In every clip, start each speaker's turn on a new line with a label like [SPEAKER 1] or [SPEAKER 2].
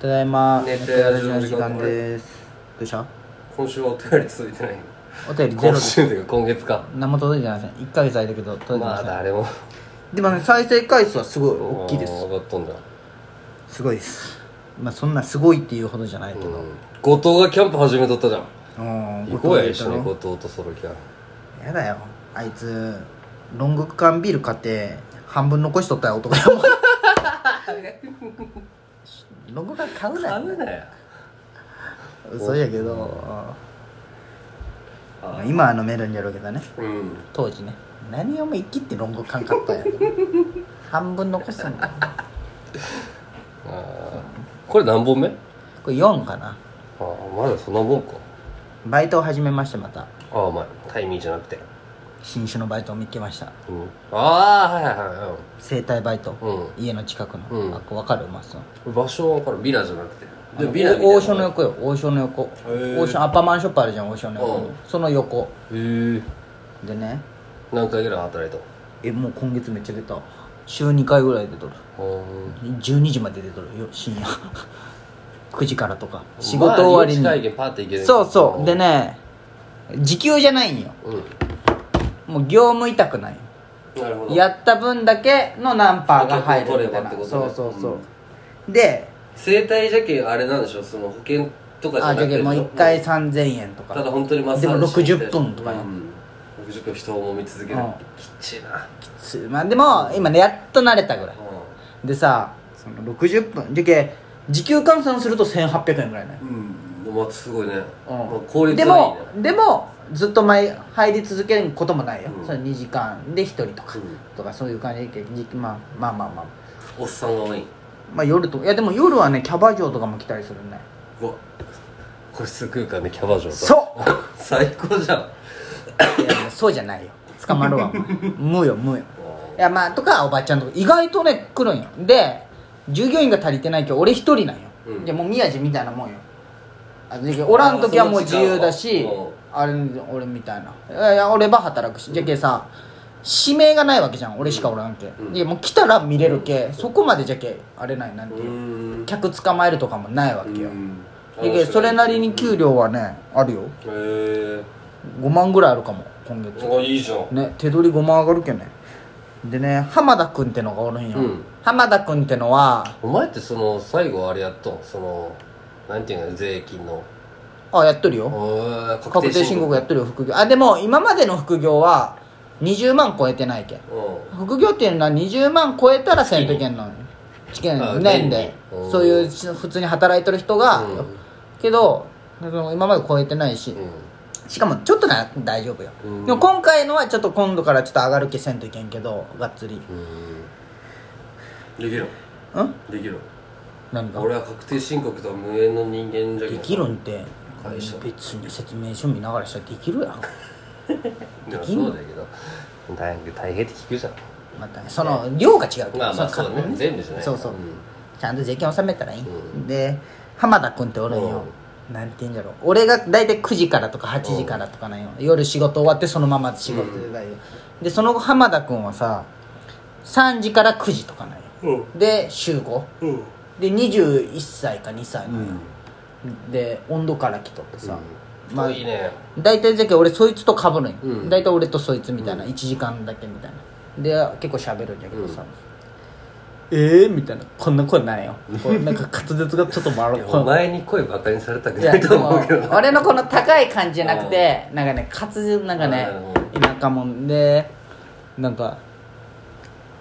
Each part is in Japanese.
[SPEAKER 1] ただいま
[SPEAKER 2] 熱
[SPEAKER 1] 熱帯
[SPEAKER 2] 帯
[SPEAKER 1] ラ
[SPEAKER 2] ラ
[SPEAKER 1] ジ
[SPEAKER 2] ジ
[SPEAKER 1] オ
[SPEAKER 2] オ
[SPEAKER 1] の
[SPEAKER 2] の
[SPEAKER 1] 時
[SPEAKER 2] 時
[SPEAKER 1] 間
[SPEAKER 2] 間
[SPEAKER 1] で
[SPEAKER 2] です
[SPEAKER 1] どうした
[SPEAKER 2] 今週はお便り続いてない
[SPEAKER 1] お便りゼロ
[SPEAKER 2] 今
[SPEAKER 1] です
[SPEAKER 2] 週というか今月か
[SPEAKER 1] 何も届いてません1ヶ月空いたけど届いて
[SPEAKER 2] ま
[SPEAKER 1] ませ
[SPEAKER 2] あ
[SPEAKER 1] ん、
[SPEAKER 2] 誰も
[SPEAKER 1] でもね再生回数はすごい大きいです
[SPEAKER 2] 上がっとんだ、
[SPEAKER 1] すごいですまあそんなすごいっていうほどじゃないけ
[SPEAKER 2] う
[SPEAKER 1] ど
[SPEAKER 2] ん、後藤がキャンプ始めとったじゃん
[SPEAKER 1] うん
[SPEAKER 2] 行こうや
[SPEAKER 1] 後藤
[SPEAKER 2] 一緒
[SPEAKER 1] 入れ
[SPEAKER 2] に
[SPEAKER 1] た
[SPEAKER 2] 後
[SPEAKER 1] ろ
[SPEAKER 2] 藤とソロキャン
[SPEAKER 1] やだよあいつロング缶ビール買って半分残しとったよ男や もんロング缶買うなよ
[SPEAKER 2] ダメだよ
[SPEAKER 1] 嘘やけどうん今は飲めるんやろうけどね
[SPEAKER 2] うん
[SPEAKER 1] 当時ね何をも生きってロング缶買ったんや半分残すんだ
[SPEAKER 2] あーこれ何本目あ
[SPEAKER 1] これ4かな
[SPEAKER 2] ーまだそんなもんか
[SPEAKER 1] バイトを始めましてまた
[SPEAKER 2] ああまあタイミーじゃなくて、
[SPEAKER 1] 新種のバイトを見つけました
[SPEAKER 2] うん、ああはいはいは
[SPEAKER 1] 生態バイト、
[SPEAKER 2] いうん
[SPEAKER 1] 家の近くの、
[SPEAKER 2] うん
[SPEAKER 1] あこ分かるマスの
[SPEAKER 2] うん場所は分かるビラじゃなくて
[SPEAKER 1] あの
[SPEAKER 2] ビラみたいな
[SPEAKER 1] 王将の横よ王将の横
[SPEAKER 2] ー
[SPEAKER 1] 王将アッパーマンショップあるじゃん王将の横、
[SPEAKER 2] うん
[SPEAKER 1] その横
[SPEAKER 2] へえ
[SPEAKER 1] でね
[SPEAKER 2] 何回ぐらい働いたの
[SPEAKER 1] えもう今月めっちゃ出た週2回ぐらい出とる
[SPEAKER 2] うん
[SPEAKER 1] 12時まで出とるよ深夜9時からとか仕
[SPEAKER 2] まあ
[SPEAKER 1] 事終わりに、
[SPEAKER 2] 臨時会見パーっていける
[SPEAKER 1] そうそうでね時給じゃないんよ
[SPEAKER 2] うん
[SPEAKER 1] もう業務委託ない
[SPEAKER 2] なるほど
[SPEAKER 1] やった分だけのナンパーが入るみたいな
[SPEAKER 2] お客を取ればってこと
[SPEAKER 1] そ
[SPEAKER 2] ね
[SPEAKER 1] うそうそう、で
[SPEAKER 2] 生体じゃけんあれなんでしょその保険とかじゃ
[SPEAKER 1] あ
[SPEAKER 2] な
[SPEAKER 1] じゃ
[SPEAKER 2] く
[SPEAKER 1] け
[SPEAKER 2] て
[SPEAKER 1] もう1回3000円とか
[SPEAKER 2] ただ本当にマッサ
[SPEAKER 1] でも
[SPEAKER 2] ージ
[SPEAKER 1] 60分とかよ、
[SPEAKER 2] うん60分人を揉み続ける
[SPEAKER 1] うん
[SPEAKER 2] きっちいな
[SPEAKER 1] きついまあでも今ねやっと慣れたぐらいでさその60分じゃけ時給換算すると1800円ぐらいね、
[SPEAKER 2] うんうんまあすごいね
[SPEAKER 1] うん
[SPEAKER 2] まあ効率
[SPEAKER 1] で
[SPEAKER 2] がいい
[SPEAKER 1] も
[SPEAKER 2] ね
[SPEAKER 1] でもずっと前入り続けることもないよ、
[SPEAKER 2] うん
[SPEAKER 1] その2時間で1人とか、
[SPEAKER 2] うん
[SPEAKER 1] とかそういう感じで、じまあ、まあまあまあ
[SPEAKER 2] おっさんが多い
[SPEAKER 1] まあ夜といやでも夜はねキャバ嬢とかも来たりする ね
[SPEAKER 2] うわ個室空間でキャバ嬢と
[SPEAKER 1] そう
[SPEAKER 2] 最高じゃん
[SPEAKER 1] いやいやそうじゃないよ捕まる わお前無よ無よいやまあとかおばちゃんとか意外とね来るんよで従業員が足りてないけど俺一人なんよ、
[SPEAKER 2] うん
[SPEAKER 1] じゃもう宮地みたいなもんよあでおらん時はもう自由だし
[SPEAKER 2] あその時間は
[SPEAKER 1] あれ俺みたいないやいや俺ば働くしじゃけさ指名がないわけじゃん俺しかおらんけ、
[SPEAKER 2] うん
[SPEAKER 1] いやもう来たら見れるけ、そこまでじゃけあれないなん
[SPEAKER 2] う
[SPEAKER 1] ていう、
[SPEAKER 2] ん
[SPEAKER 1] 客捕まえるとかもないわけよ、
[SPEAKER 2] うん
[SPEAKER 1] じゃけそれなりに給料はねあるよ
[SPEAKER 2] へえ
[SPEAKER 1] 5万ぐらいあるかも今月
[SPEAKER 2] あいいじゃん
[SPEAKER 1] ね手取り5万上がるけんねでね浜田君ってのがおるんよ、
[SPEAKER 2] うん
[SPEAKER 1] 浜田君ってのは
[SPEAKER 2] お前ってその最後あれやっとんそのなんていうの税金の
[SPEAKER 1] あやっとるよ
[SPEAKER 2] あー
[SPEAKER 1] 確定申告やっとるよ副業あでも今までの副業は20万超えてないけん
[SPEAKER 2] う
[SPEAKER 1] 副業っていうのは20万超えたらせんといけんの試
[SPEAKER 2] あ
[SPEAKER 1] 験年で
[SPEAKER 2] 年にうん
[SPEAKER 1] そういう普通に働いてる人が、
[SPEAKER 2] うん
[SPEAKER 1] けどその今まで超えてないし、
[SPEAKER 2] ん
[SPEAKER 1] しかもちょっとなら大丈夫よ、
[SPEAKER 2] うん
[SPEAKER 1] でも今回のはちょっと今度からちょっと上がる気せんといけんけどがっつり
[SPEAKER 2] うんできる
[SPEAKER 1] うん
[SPEAKER 2] できる
[SPEAKER 1] 何が
[SPEAKER 2] 俺は確定申告とは無縁の人間じゃけ
[SPEAKER 1] で
[SPEAKER 2] ん
[SPEAKER 1] きるんて
[SPEAKER 2] 会社
[SPEAKER 1] 別に説明書見ながらしたらできるやん
[SPEAKER 2] いやそうだけど大変大変って聞くじゃん
[SPEAKER 1] またねその量が違うけど
[SPEAKER 2] まあまあ
[SPEAKER 1] そ
[SPEAKER 2] そ
[SPEAKER 1] の
[SPEAKER 2] うだね全部じゃない
[SPEAKER 1] そうそう、
[SPEAKER 2] ん
[SPEAKER 1] ちゃんと税金納めたらいい、
[SPEAKER 2] うん
[SPEAKER 1] で浜田君っておるんよ、なんて言うんじゃろう俺が大体9時からとか8時からとかなんよ、夜仕事終わってそのまま仕事でだよ、でその後浜田君はさ3時から9時とかなんよ
[SPEAKER 2] うん
[SPEAKER 1] で週5
[SPEAKER 2] うん
[SPEAKER 1] で21歳か2歳
[SPEAKER 2] う
[SPEAKER 1] なんよ、で温度から来とってさ、
[SPEAKER 2] ん
[SPEAKER 1] まあ
[SPEAKER 2] いいね
[SPEAKER 1] 大体じゃけ俺そいつとかぶるんよ、
[SPEAKER 2] うん
[SPEAKER 1] 大体俺とそいつみたいな、1時間だけみたいなで結構喋るんだけどさ、ええみたいなこんな声ないよこ うなんか滑舌がちょっと回
[SPEAKER 2] い
[SPEAKER 1] る
[SPEAKER 2] や
[SPEAKER 1] こ
[SPEAKER 2] お
[SPEAKER 1] の
[SPEAKER 2] 前に声バカにされたく
[SPEAKER 1] い
[SPEAKER 2] な
[SPEAKER 1] や
[SPEAKER 2] い
[SPEAKER 1] で
[SPEAKER 2] と思
[SPEAKER 1] も
[SPEAKER 2] うけど
[SPEAKER 1] 俺のこの高い感じじゃなくてなんかね滑舌なんかね田舎もんでなんか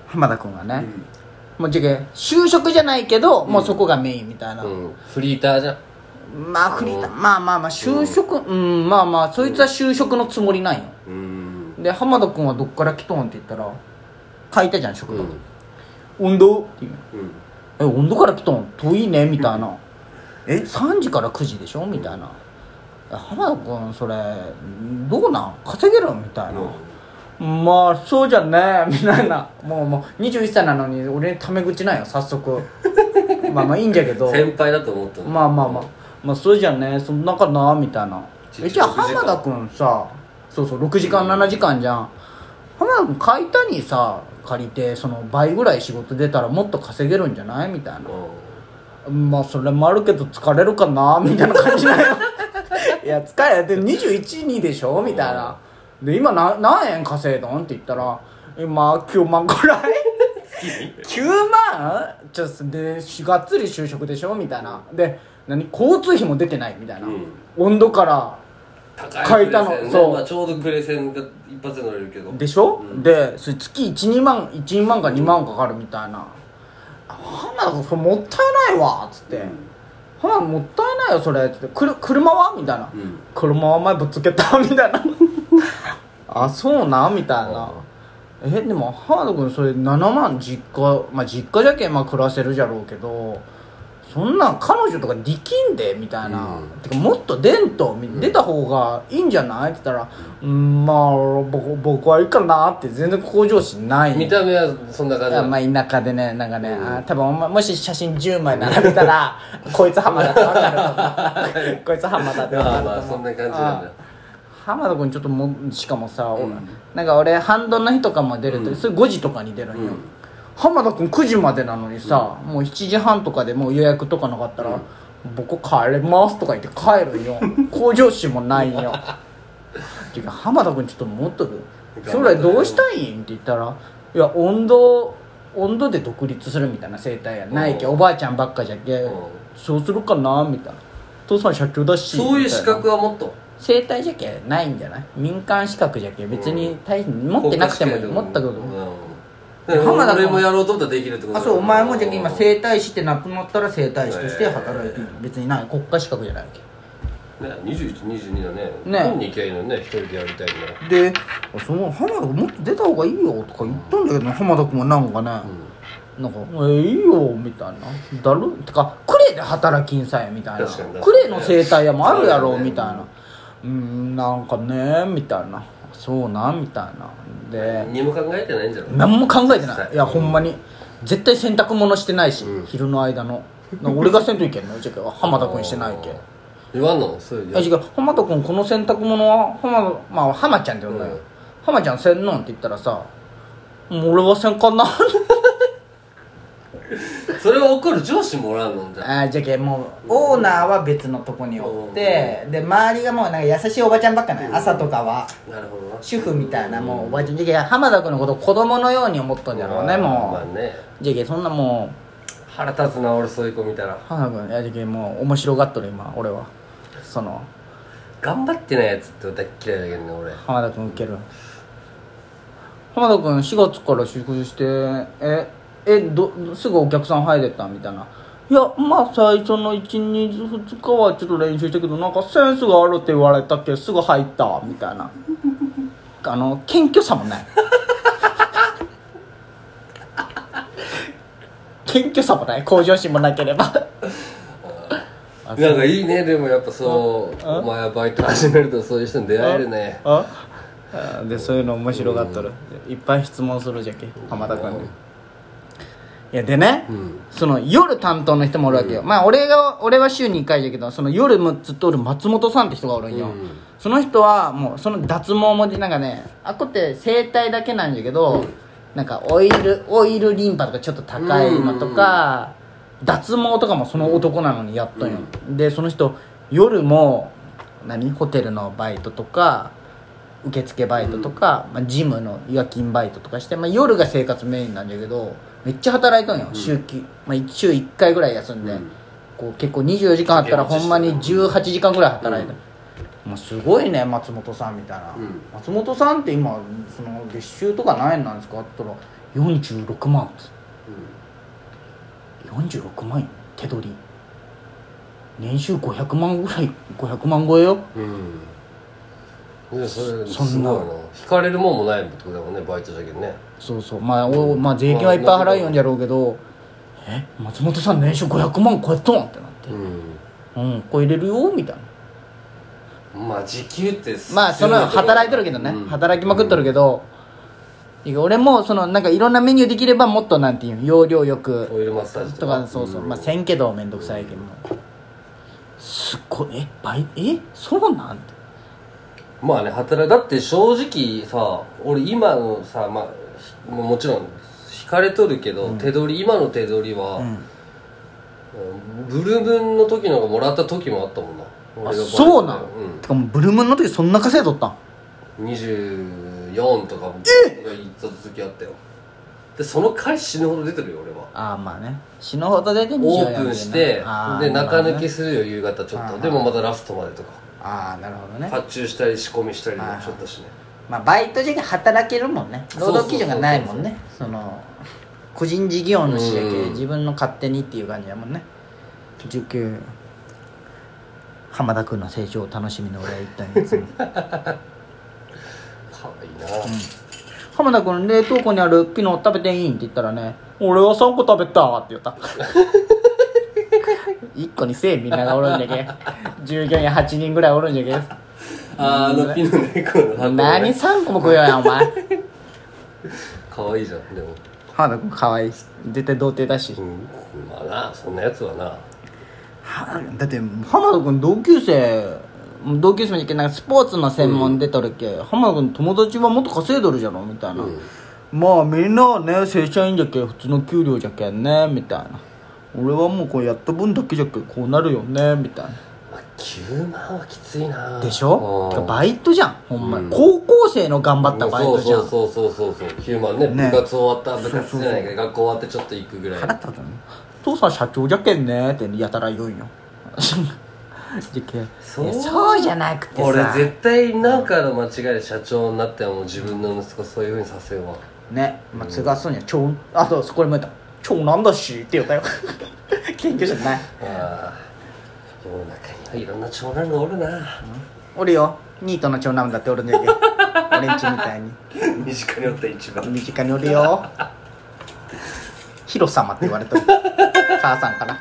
[SPEAKER 1] 浜田君がね、もうじゃけ就職じゃないけど、もうそこがメインみたいな、
[SPEAKER 2] うんフリーターじゃん
[SPEAKER 1] まあフリーターまあまあまあ就職うん、まあまあそいつは就職のつもりないよ
[SPEAKER 2] うん
[SPEAKER 1] で浜田君はどっから来とんって言ったら書いたじゃん職
[SPEAKER 2] う
[SPEAKER 1] 場、
[SPEAKER 2] ん
[SPEAKER 1] 温度って言う
[SPEAKER 2] うん
[SPEAKER 1] え温度から来とん遠いねみたいなえ3時から9時でしょみたいなえ浜田君それどうなん稼げるみたいな、まあそうじゃねみたいなもうもう21歳なのに俺にタメ口なんよ早速まあまあいいんじゃけ ど
[SPEAKER 2] 先輩だと思ったの
[SPEAKER 1] まあまあまあまあそうじゃねそんなかなみたいな
[SPEAKER 2] ち
[SPEAKER 1] えじゃあ浜田君さそうそう6時間7時間じゃん浜田君買いたにさ借りてその倍ぐらい仕事出たらもっと稼げるんじゃないみたいな
[SPEAKER 2] う
[SPEAKER 1] まあそれもあるけど疲れるかなみたいな感じだよ いや疲れて212でしょみたいなで今な何円稼いどんって言ったら今9万ぐらい9万ちょっとでしがっつり就職でしょみたいなで何交通費も出てないみたいな、
[SPEAKER 2] うん
[SPEAKER 1] 温度から
[SPEAKER 2] 高
[SPEAKER 1] 書
[SPEAKER 2] い
[SPEAKER 1] いた
[SPEAKER 2] クレ
[SPEAKER 1] の
[SPEAKER 2] センね
[SPEAKER 1] そう
[SPEAKER 2] まあ、ちょうどクレセンが一発で乗れるけど
[SPEAKER 1] でしょ、
[SPEAKER 2] うん
[SPEAKER 1] でそれ月12万1万か2万かかるみたいな「浜田君それもったいないわ」っつって「浜田君もったいないよそれ」っつって「くる車は?」みたいな「
[SPEAKER 2] うん
[SPEAKER 1] 車は前ぶつけた」みた いな「あそうな」みたいな「えでも浜田君それ7万実家まあ実家じゃけんまあ暮らせるじゃろうけどそんなん彼女とかできんで」みたいな、
[SPEAKER 2] うん
[SPEAKER 1] てかもっと出んとみ出た方がいいんじゃないって言ったら「うんまあ僕僕はいいかな」って全然向上心ない
[SPEAKER 2] 見た目はそんな感じだ
[SPEAKER 1] まあ田舎でねなんかね、あ多分お前もし写真10枚並べた らこいつ浜田って分かると思うこいつ浜田って分か
[SPEAKER 2] まあ
[SPEAKER 1] ると
[SPEAKER 2] まあ
[SPEAKER 1] 思
[SPEAKER 2] そ
[SPEAKER 1] うん
[SPEAKER 2] な感じなんだ
[SPEAKER 1] 浜田君ちょっともうしかもさ、俺
[SPEAKER 2] うん
[SPEAKER 1] なんか俺半ドンの日とかも出ると、それ5時とかに出るんよ、
[SPEAKER 2] うん
[SPEAKER 1] 浜田君9時までなのにさ、もう7時半とかでもう予約とかなかったら、僕帰れますとか言って帰るん よ向上心もないんよっていうか浜田君ちょっと持っとる将来どうしたいんって言ったらいや温度温度で独立するみたいな生態やないけ、
[SPEAKER 2] うん
[SPEAKER 1] おばあちゃんばっかじゃけ、
[SPEAKER 2] うん
[SPEAKER 1] そうするかなみたいな父さん社長だし
[SPEAKER 2] そうい
[SPEAKER 1] み
[SPEAKER 2] う
[SPEAKER 1] た
[SPEAKER 2] 資
[SPEAKER 1] な
[SPEAKER 2] 格はもっと
[SPEAKER 1] 生態じゃけないんじゃない民間資格じゃけ別に大持ってなくてもいい持ったけど、
[SPEAKER 2] うん
[SPEAKER 1] 浜田君
[SPEAKER 2] 俺もやろうと思ったらできるってこと
[SPEAKER 1] あ
[SPEAKER 2] だ
[SPEAKER 1] そうお前もじゃけ今
[SPEAKER 2] ね
[SPEAKER 1] 生態師ってなくなったら生態師として働いてる、別にない国家資格じゃないけ
[SPEAKER 2] 2122だね
[SPEAKER 1] ね
[SPEAKER 2] 日本に行きゃいいのにね一人でやりたいのね
[SPEAKER 1] でその浜田君もっと出た方がいいよとか言ったんだけど、浜田君はなんかね、なんか「えいいよ」みたいな「だる?」てか「クレで働きんさい」みたいな
[SPEAKER 2] 確かに確かに
[SPEAKER 1] クレの生態やもあるやろ」
[SPEAKER 2] そうだよね
[SPEAKER 1] みたいな「うんなんかね」みたいな「そうな」みたいなで
[SPEAKER 2] 何も考えてないんじゃない
[SPEAKER 1] 何も考えてな
[SPEAKER 2] はい
[SPEAKER 1] いいやほんまに絶対洗濯物してないし、
[SPEAKER 2] うん
[SPEAKER 1] 昼の間のな俺がせんといけんのじゃけは浜田君してないけ
[SPEAKER 2] 言わんのそういう
[SPEAKER 1] いや違う浜田君この洗濯物は浜田まあ浜ちゃんって呼んだよ、
[SPEAKER 2] うん
[SPEAKER 1] 浜ちゃんせんのんって言ったらさもう俺はせんかな
[SPEAKER 2] それは怒る上司もおらんのじゃあ
[SPEAKER 1] あーじゃけもうオーナーは別のとこにおってで周りがもうなんか優しいおばちゃんばっかない朝とかは
[SPEAKER 2] なるほどな
[SPEAKER 1] 主婦みたいなもうおばちゃんじゃけ浜田君のこと子供のように思っとんじゃろうね
[SPEAKER 2] まあ
[SPEAKER 1] も
[SPEAKER 2] ね
[SPEAKER 1] うじゃけそんなもう
[SPEAKER 2] 腹立つな俺そういう子見たら
[SPEAKER 1] 花君いやじゃけもう面白がっとる今俺はその
[SPEAKER 2] 頑張ってないやつって大っ嫌いだけどね俺
[SPEAKER 1] 浜田君受ける浜田君4月から祝福してええどすぐお客さん入れたみたいないやまあ最初の122日はちょっと練習したけどなんかセンスがあるって言われたっけすぐ入ったみたいな あの謙虚さもない謙虚さもない向上心もなければあ
[SPEAKER 2] なんかいいねでもやっぱそうお前はバイト始めるとそういう人に出会えるね
[SPEAKER 1] ああでそういうの面白がっとる、いっぱい質問するじゃけ浜田君にいやでね、
[SPEAKER 2] ん
[SPEAKER 1] その夜担当の人もおるわけよ、まあ俺が俺は週に1回だけどその夜もずっとおる松本さんって人がおるんよ、
[SPEAKER 2] うん
[SPEAKER 1] その人はもうその脱毛もでなんかねあっこって整体だけなんだけど、なんかオイルオイルリンパとかちょっと高いのとか、脱毛とかもその男なのにやっとんよ、でその人夜も何ホテルのバイトとか受付バイトとか、まあ、ジムの夜勤バイトとかして、まあ、夜が生活メインなんだけどめっちゃ働いとんよ、週休まあ、週1回ぐらい休んで、こう結構24時間あったらほんまに18時間ぐらい働いた、まあ、すごいね松本さんみたいな、
[SPEAKER 2] うん
[SPEAKER 1] 松本さんって今その月収とか何円なんですかって言ったら46万って46万よ手取り年収500万ぐらい500万超えよ
[SPEAKER 2] うんでそれ
[SPEAKER 1] そんな
[SPEAKER 2] すごいな引かれるもんもないってことだもんねバイトじゃけんね
[SPEAKER 1] そうそうまあ、おまあ税金はいっぱい払いよんじゃろうけどえ松本さん年収500万超えとんってなって
[SPEAKER 2] う
[SPEAKER 1] うん超えれるよみたいなん
[SPEAKER 2] まあ時給って
[SPEAKER 1] まあその働いてるけどね、
[SPEAKER 2] うん
[SPEAKER 1] 働きまくっとるけど、いや俺もそのなんかいろんなメニューできればもっとなんていうの要領よく
[SPEAKER 2] オイルマッサージ
[SPEAKER 1] とかそうそう、まあせんけどめんどくさいけどもすっごいえバイえそうなんて
[SPEAKER 2] まあね働いだって正直さ俺今のさまあひもちろん引かれとるけど、手取り今の手取りは、
[SPEAKER 1] うん
[SPEAKER 2] うんブルブンの時のがもらった時もあったもんな
[SPEAKER 1] あ
[SPEAKER 2] 俺がバイト
[SPEAKER 1] そうなん、
[SPEAKER 2] うん
[SPEAKER 1] てかもうブルームーンの時そんな稼いとったん
[SPEAKER 2] 24とかも行った時あったよでその回死ぬほど出てるよ俺は
[SPEAKER 1] ああまあね死ぬほど出て24
[SPEAKER 2] オ
[SPEAKER 1] やけ
[SPEAKER 2] ー
[SPEAKER 1] どね
[SPEAKER 2] プンして
[SPEAKER 1] あー
[SPEAKER 2] で中抜
[SPEAKER 1] な
[SPEAKER 2] き
[SPEAKER 1] る
[SPEAKER 2] するよ夕方ちょっ
[SPEAKER 1] あ
[SPEAKER 2] と
[SPEAKER 1] ー
[SPEAKER 2] でもまたラストまでとか
[SPEAKER 1] ほどねああなるほどね
[SPEAKER 2] 発注したり仕込みしたりも
[SPEAKER 1] はいはい
[SPEAKER 2] ちょっとしね
[SPEAKER 1] まあバイト時間働けるもんね
[SPEAKER 2] そう
[SPEAKER 1] 労
[SPEAKER 2] そうそう
[SPEAKER 1] 働基準がないもんねその個人事業主だ
[SPEAKER 2] う
[SPEAKER 1] け
[SPEAKER 2] ん
[SPEAKER 1] 自分の勝手にっていう感じやもんね19浜田君の成長を楽しみの俺は言ったんやつ も
[SPEAKER 2] かわいいな
[SPEAKER 1] 浜田君冷凍庫にあるピノ食べていいんって言ったらね俺は3個食べたって言 った1個にせえみんながおるんじゃけ従業員8人ぐらいおるんじゃけ
[SPEAKER 2] あーあのピノ猫の反応
[SPEAKER 1] 何3個も食うよやお前
[SPEAKER 2] かわいいじゃんでも
[SPEAKER 1] 浜田君可愛いし絶対童貞だし
[SPEAKER 2] うんまあなそんなやつはな
[SPEAKER 1] はだって浜田君同級生同級生もいけないスポーツの専門出とるけ、浜田君友達はもっと稼いどるじゃろみたいな、
[SPEAKER 2] うん
[SPEAKER 1] まあみんなはね正社員じゃけ普通の給料じゃけんねみたいな俺はもうこうやった分だけじゃけこうなるよねみたい
[SPEAKER 2] まあ9万はきついな
[SPEAKER 1] なでしょ
[SPEAKER 2] うん
[SPEAKER 1] てかバイトじゃんほんまに、
[SPEAKER 2] うん
[SPEAKER 1] 高校生の頑張ったバイトじゃん
[SPEAKER 2] そうそうそうそうそう9万ね
[SPEAKER 1] ね
[SPEAKER 2] 部活終わった部
[SPEAKER 1] そうそうそ
[SPEAKER 2] 活
[SPEAKER 1] う
[SPEAKER 2] じゃないか学校終わってちょっと行くぐらい
[SPEAKER 1] 腹立つね父さん社長じゃけんねってやたら言うんよ じゃけん
[SPEAKER 2] そう
[SPEAKER 1] いやそうじゃなくてさ
[SPEAKER 2] 俺絶対なんかの間違いで社長になっても自分の息子そういうふうにさせようわ
[SPEAKER 1] ね、まあ、継がすには長あとそこにも言った長男だしって言ったよ 研究者じゃない
[SPEAKER 2] あー世の中にはいろんな長男がおる な
[SPEAKER 1] おるよニートの長男だっておるんだ けど俺んちみたいに
[SPEAKER 2] 身近におった一番
[SPEAKER 1] 身 近におるよヒロ様って言われてる母さんから